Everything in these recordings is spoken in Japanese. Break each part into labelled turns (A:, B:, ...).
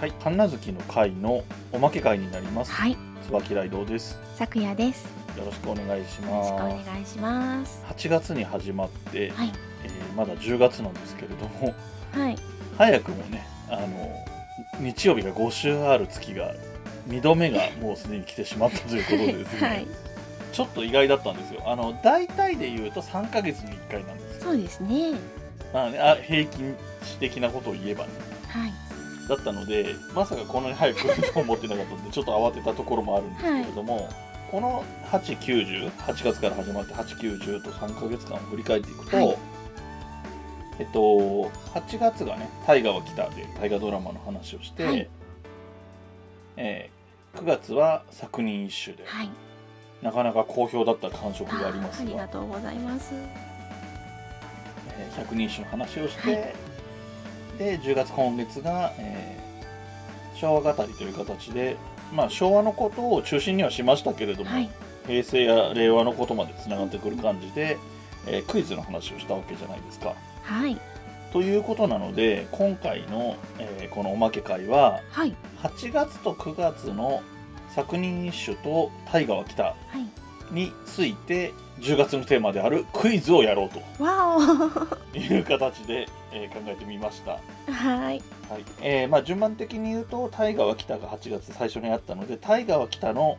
A: はい、神奈月の会のおまけ会になります。
B: はい、
A: 椿雷堂です。
B: 昨夜です。
A: よろしくお願いし
B: よろしくお
A: ます。
B: 願いします。
A: 8月に始まって、
B: はい、
A: えーまだ10月なんですけれども、
B: はい、
A: 早くもね、あの日曜日が5週ある月が2度目がもうすでに来てしまったということでですね、
B: はい、
A: ちょっと意外だったんですよ。あの大体で言うと3ヶ月に1回なんですよ。
B: そうですね。
A: まあね、あ平均的なことを言えばね。
B: はい、
A: だったのでまさかこんなに早く来ると思ってなかったんでちょっと慌てたところもあるんですけれども、この890 8月から始まって890と3ヶ月間を振り返っていくと、
B: はい
A: えっと8月がね「大河は来た」で大河ドラマの話をして、
B: はい
A: えー9月は作人一首で、
B: はい。
A: なかなか好評だった感触があります
B: ありが
A: が、
B: とうございます。
A: えー百人一首の話をして、
B: は
A: で10月今月が、えー昭和語りという形で、まあ、昭和のことを中心にはしましたけれども、
B: はい、
A: 平成や令和のことまでつながってくる感じで、えークイズの話をしたわけじゃないですか。
B: はい、
A: ということなので今回の、えーこのおまけ会は
B: はい、
A: 8月と9月の作人一首と「大河は来た
B: はい。」
A: について10月のテーマであるクイズをやろう
B: わお。
A: という形で、えー考えてみました。
B: はい、
A: はいえーまあ、順番的に言うと「大河は来た」が8月最初にあったので「大河は来た」の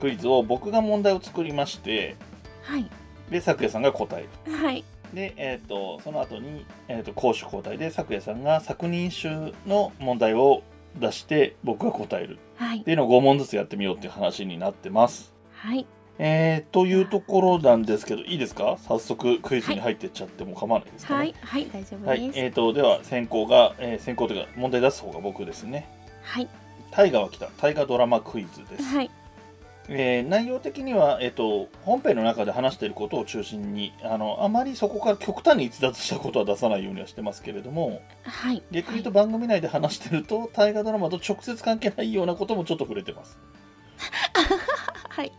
A: クイズを僕が問題を作りまして
B: はい、
A: で咲夜さんが答える
B: はい、
A: で、えー、とその後に、えー、と攻守交代で咲夜さんが作人集の問題を出して僕が答える
B: はい
A: って、いうのを5問ずつやってみようっていう話になってます。
B: はい。
A: えー、というところなんですけどいいですか早速クイズに入ってっちゃっても構わないですかね。
B: はい、はい、大丈夫
A: はい
B: です。
A: えー、とでは先行が、えー先行というか問題出す方が僕ですね。
B: はい、
A: 大河は来た大河ドラマクイズです、
B: はい、
A: えー内容的には、えっと本編の中で話していることを中心にあのあまりそこから極端に逸脱したことは出さないようにはしてますけれども
B: はい。
A: 逆に言うと番組内で話してると大河ドラマと直接関係ないようなこともちょっと触れてます、
B: はい、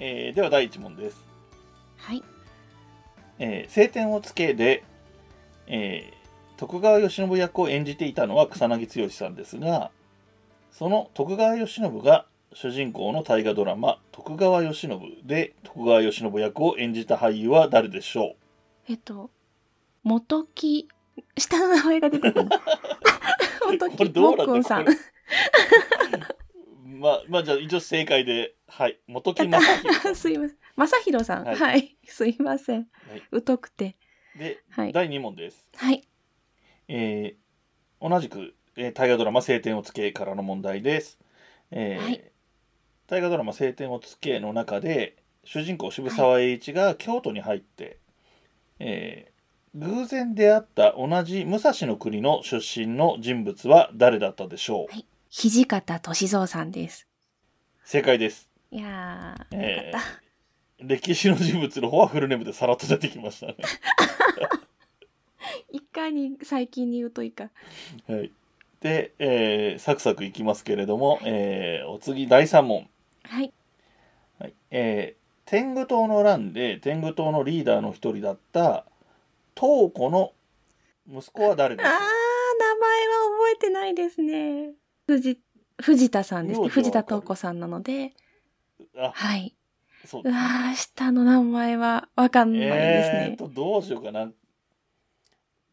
A: えーでは第1問です
B: はい、
A: 「えー晴天をつけ」で、えー徳川慶喜役を演じていたのは草薙剛さんですがその徳川慶喜が主人公の大河ドラマ「徳川慶喜」で徳川慶喜役を演じた俳優は誰でしょ
B: えっと、元木。下の名前が出てくる。 元
A: これ
B: 木
A: どう
B: もっ
A: なってる
B: くんさん
A: こ。うまあまあじゃあ一応正解ではい元木正宏さん
B: すいません。まさひろさん。
A: は
B: はいい、 すいません
A: はい。
B: 疎くて。
A: で
B: はい。
A: 第2問です、
B: はい。
A: えー同じく、えー大河ドラマ「青天を衝け」からの問題です、えー
B: はい
A: 大河ドラマ「青天を衝け」の中で主人公渋沢栄一が京都に入って、えー偶然出会った同じ武蔵の国の出身の人物は誰だったでしょう、
B: はい土方歳三さんです。
A: 正解です、
B: いやー、
A: え
B: よかっ
A: ー歴史の人物の方はフルネームでさらっと出てきました ね、
B: た。 いかに最近に言うといいか。
A: はい、で、えーサクサクいきますけれども、えーお次第3問
B: はい。
A: はいえー天狗党の乱で天狗党のリーダーの一人だった東子の息子は誰
B: あー、
A: で
B: 名
A: す
B: 前は
A: か
B: 覚えてないですね。藤、藤田さんです
A: 名字は
B: ね。藤田東子さんなので。
A: あ
B: はい。
A: そう
B: うわー、下の名前はわかんないです
A: えー
B: ね
A: っ。とどうしようかな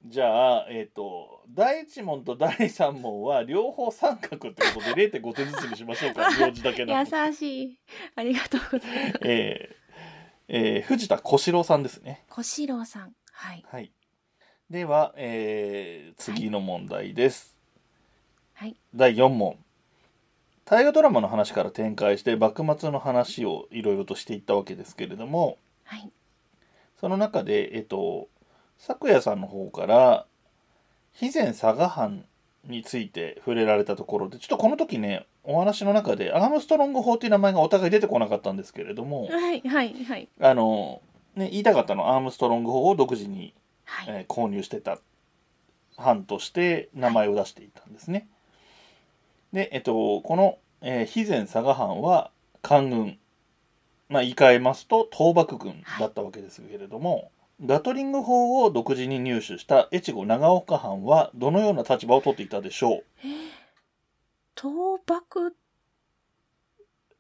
A: じゃあえーっと第1問と第3問は両方三角ってことで0.5点ずつにしましょう か名字だけなの
B: 優しい。ありがとうございます。
A: えーえー藤田小四郎さんですね
B: 小四郎さん。はい。
A: はいでは、えー次の問題です、
B: はい。
A: 第4問大河ドラマの話から展開して幕末の話をいろいろとしていったわけですけれども
B: はい。
A: その中でえっと咲夜さんの方から肥前佐賀藩について触れられたところでちょっとこの時ねお話の中でアームストロング法という名前がお互い出てこなかったんですけれども
B: はい。はい。はい。
A: あの、ね、言いたかったのはアームストロング法を独自に、
B: はい。
A: えー購入してた藩として名前を出していたんですね。で、えっと、この、えー肥前佐賀藩は官軍、まあ、言い換えますと倒幕軍だったわけですけれども、ガトリング法を独自に入手した越後長岡藩はどのような立場を取っていたでしょう
B: えー倒幕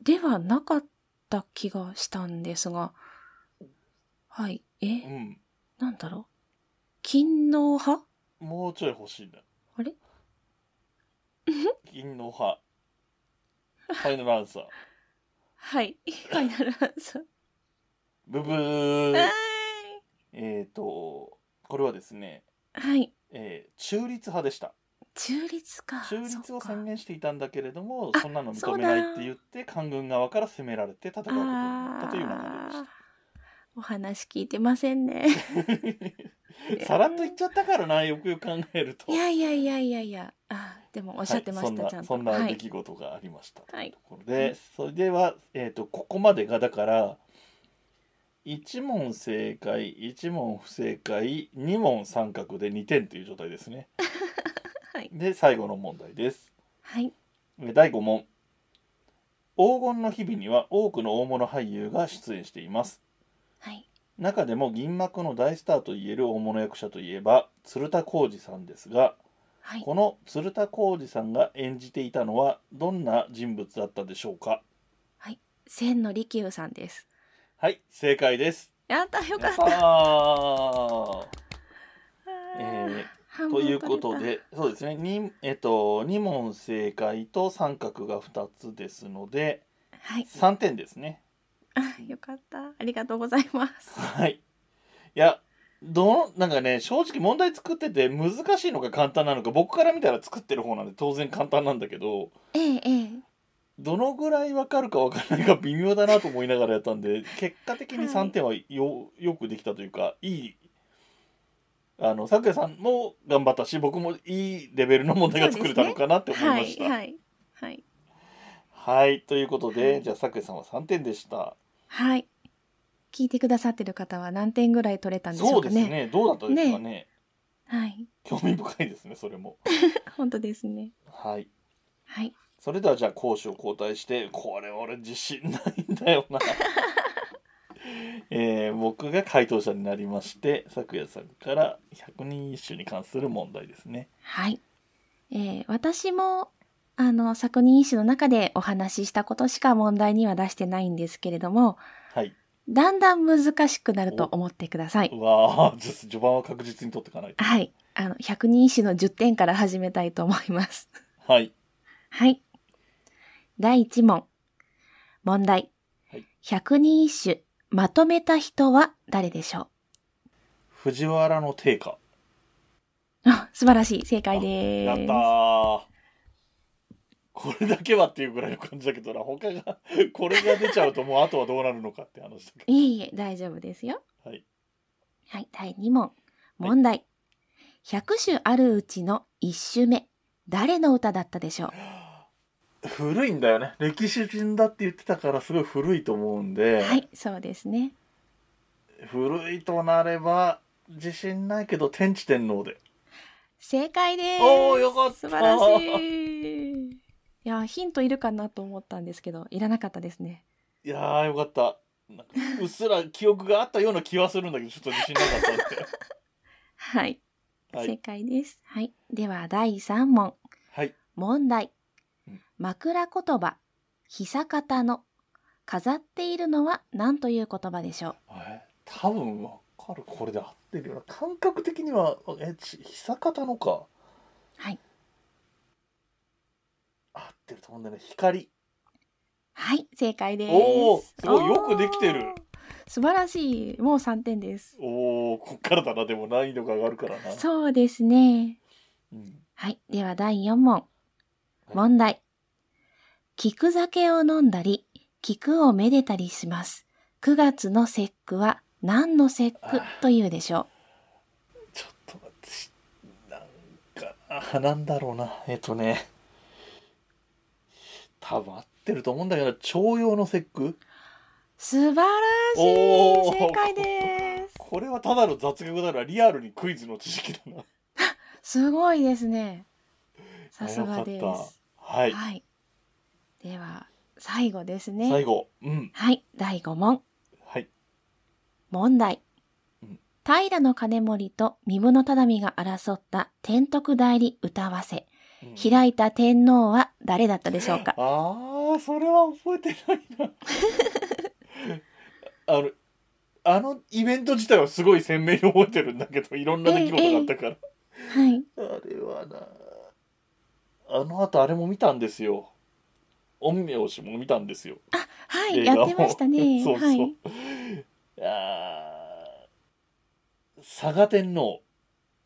B: ではなかった気がしたんですが、はい。
A: う
B: え、
A: ん。
B: なんだろう。勤皇派
A: もうちょい欲しいな。
B: あれ
A: 銀の歯。ファイナルアンサー。
B: はい。ファ イナルアンサー。
A: ブブー
B: は。
A: えっと、これはですね、
B: いはい。
A: えー中立派でした。
B: 中立か。
A: 中立
B: そ
A: を
B: っか
A: 宣言していたんだけれども
B: あ
A: そんなの認めないって言って官軍側から攻められて戦うことになったという
B: あー
A: 中
B: お話聞いてません ね。
A: でした さらっと言っちゃったからなよくよく考えると
B: いやいやいやいやいや。あーでもお
A: お
B: っしゃってました、ちゃんと。
A: そんなそんな
B: は
A: 出
B: い。
A: 来事がありました、
B: はい
A: ところでそれでは、えー、とここまでがだから1問正解1問不正解2問三角で2点という状態ですね
B: はい
A: で最後の問題です
B: はい。
A: 第5問黄金の日々には多くの大物俳優が出演しています
B: はい。
A: 中でも銀幕の大スターといえる大物役者といえば鶴田浩二さんですが
B: はい。
A: この鶴田浩二さんが演じていたのはどんな人物だったでしょうか
B: 千の利休さんです。
A: はい正解です
B: やった、よか
A: や
B: っ。
A: ったたー
B: あー
A: え
B: 半分
A: ということ
B: 取れ
A: でそうですねに、えっと、2問正解と三角が2つですので
B: た。はい。
A: 3点ですね
B: あ よかった。ありがとうございます。
A: はい。いや、どの、なんかね、正直問題作ってて難しいのか簡単なのか、僕から見たら作ってる方なんで当然簡単なんだけど、
B: ええ、ええ。
A: どのぐらいわかるかわからないか微妙だなと思いながらやったんで、結果的
B: は
A: に
B: い
A: 3点はよ、よくできたというか、いい、あの、さくやさんも頑張ったし、僕もいいレベルの問題が作れたのかなって思い
B: は
A: まし
B: い、
A: た。
B: はい。はい。
A: はい、ということで、
B: はい
A: じゃあさくやさんは3点でした。
B: はい。聞いてくださってる方は何点ぐらい取れたんでしょ
A: そうう
B: か
A: で
B: ね。
A: すね。どうだったですかね。
B: はい。
A: 興味深いですね、それも。
B: 本当ですね。
A: はい。
B: はい。
A: それではじゃあ攻守を交代してこれ俺自信ないんだよ な、えー僕が回答者になりまして咲夜さんから百人一首に関する問題ですね
B: はい。えー私も、あの、作人一首の中でお話ししたことしか問題には出してないんですけれども、
A: はい。
B: だんだん難しくなると思ってくださいう
A: わあ序盤は確実に取っていかないと
B: はい。あの、百人一首の10点から始めたいと思います。
A: はい
B: はい。第1問。問題
A: はい。
B: 百人一首、まとめた人は誰でしょ
A: 藤原の定価
B: う あ素晴らしい。正解です。
A: やったーこれだけはっていうぐらいの感じだけどな他がこれが出ちゃうともうあとはどうなるのかって話だけ
B: いえいえ、大丈夫ですよ。
A: どはい
B: はい、第2問。問題。100首あるうちの1首目。誰の歌だったでしょう
A: 古いんだよね歴史人だって言ってたからすごい古いと思うんで、
B: はい、そうですね。
A: 古いとなれば自信ないけど天智天皇で
B: 正解です。
A: おーよかった
B: 素晴らしい。いや、ヒントいるかなと思ったんですけど、いらなかったですね。
A: いやーよかったなんかうっすら記憶があったような気はするんだけどちょっと自信なかったって
B: はい、
A: は
B: 正
A: い、
B: 解です。はい。では、第3問。
A: はい、
B: 問題
A: うん。
B: 枕言葉、久方の、飾っているのは何という言葉でしょう
A: え多分わかるこれで合ってるよな感覚的にはえち久方のか
B: はい
A: 合ってると思うんだよね光
B: はい、正解です。
A: おーすごい
B: おー
A: よくできてる。
B: 素晴らしい。もう3点です。
A: おおこっからだなでも難易度が上がるからな
B: そうですね。
A: うん
B: はい、では第4問。
A: はい
B: 問題。菊酒を飲んだり、菊をめでたりします。9月の節句は何の節句というでしょ
A: ちょっと待ってし、なんか、あ、なんだろうな。えっとね、多分合ってると思うんだけど、徴用の節句
B: う。素晴らしい。
A: おー
B: 正解です。
A: これはただの雑学だな。リアルにクイズの知識だな。
B: すごいですね。さすがで
A: よ
B: す。
A: かった。はい。
B: はい。では、最後ですね。
A: 最後。うん。
B: はい、第5問。
A: はい。
B: 問題
A: うん。
B: 平兼盛と三室忠美が争った天徳代理歌わせ。
A: うん
B: 開いた天皇は誰だったでしょ うか
A: ああそれは覚えてない なあのあのイベント自体はすごい鮮明に覚えてるんだけどいろんな出来事があったから、
B: はい。
A: あれはなあのあとあれも見たんですよ陰陽師も見たんですよ
B: はい、
A: 映画
B: や
A: を
B: ってましたね。
A: そうそう、
B: はい。
A: あー佐賀天皇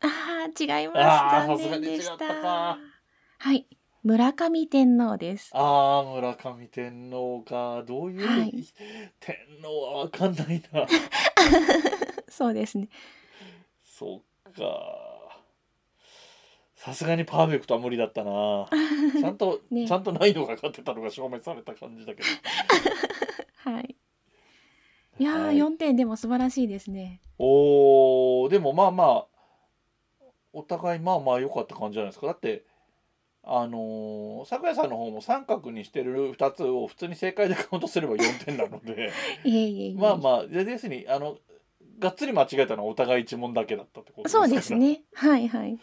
B: ああ、違います。
A: あー
B: 残念でし
A: さすが
B: た。
A: に違ったか
B: はい。村上天皇です。
A: あー村上天皇かどういう、
B: はい
A: 天皇は分かんないな
B: そうですね。
A: そっかさすがにパーフェクトは無理だったなちゃんと、
B: ね
A: ちゃんと難易度がかかってたのが証明された感じだけど
B: はい。いやー、
A: はい
B: 4点でも素晴らしいですね。
A: おーでもまあまあお互いまあまあ良かった感じじゃないですかだってあのー、咲夜さんの方も三角にしてる2つを普通に正解でカウントすれば4点なの で
B: いえいえいえ。
A: まあまあでですにあのがっつり間違えたのはお互い一問だけだったってこと
B: そう
A: から
B: ですね。はいはい。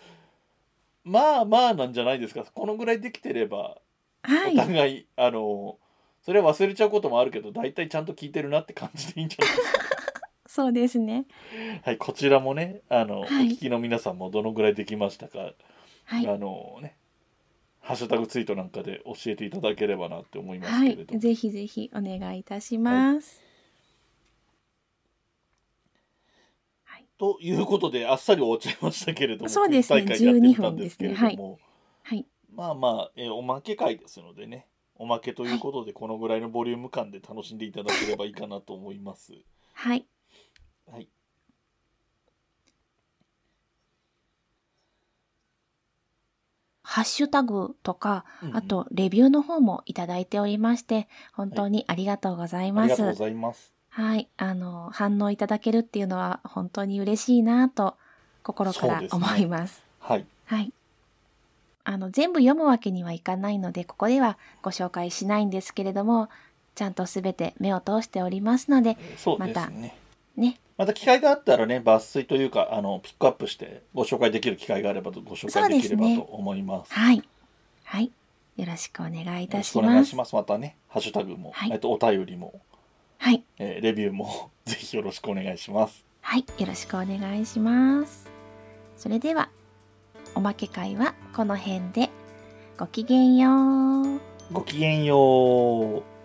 A: まあまあなんじゃないですかこのぐらいできてれば
B: は
A: お
B: い。
A: 互い、あのーそれは忘れちゃうこともあるけど大体ちゃんと聞いてるなって感じでいいんじゃないですか
B: そうですね。
A: はい、 こちらもね、あの、
B: はい
A: お聞きの皆さんもどのぐらいできましたか、
B: はい。
A: あのね、ハッシュタグツイートなんかで教えていただければなって思います
B: は
A: けれ
B: い
A: ど、。も
B: ぜひぜひお願いいたします。
A: ということで、あっさり終わっちゃいましたけれども、
B: そうですね
A: クイズ大会やってみたんですけれど
B: 12分です
A: も、
B: はい、
A: まあまあ、えーおまけ会ですのでね、おまけということで、このぐらいのボリューム感で楽しんでいただければいいかなと思います。
B: はい。
A: はい。
B: ハッシュタグとか、
A: うんうん
B: あ、とレビューの方もいただいておりまして、本当にありがとうござい
A: あ
B: ま
A: りが
B: す。
A: とう
B: は
A: ご
B: い、
A: ざいます。
B: あの反応いただけるっていうのは本当に嬉しいなと心か
A: そう
B: ら
A: ですね
B: 思います。
A: はい。
B: はい。あの、全部読むわけにはいかないので、ここではご紹介しないんですけれども、ちゃんとすべて目を通しておりますので、
A: そうですね。
B: またね。
A: また機会があったらね抜粋というかあのピックアップしてご紹介できる機会があればとご紹介できれば
B: そうです
A: と
B: ね
A: 思います。
B: はい。はい。よろしくお願いい
A: よ
B: た
A: ろ
B: し
A: くお
B: ます。
A: 願いします。またねハッシュタグも、
B: はい
A: えっとお便りも、
B: はい。
A: えーレビューも ぜひよろしくお願いします。
B: はい。よろしくお願いします。それでは、おまけ会はこの辺で、ごきげんよう。
A: ごきげんよう。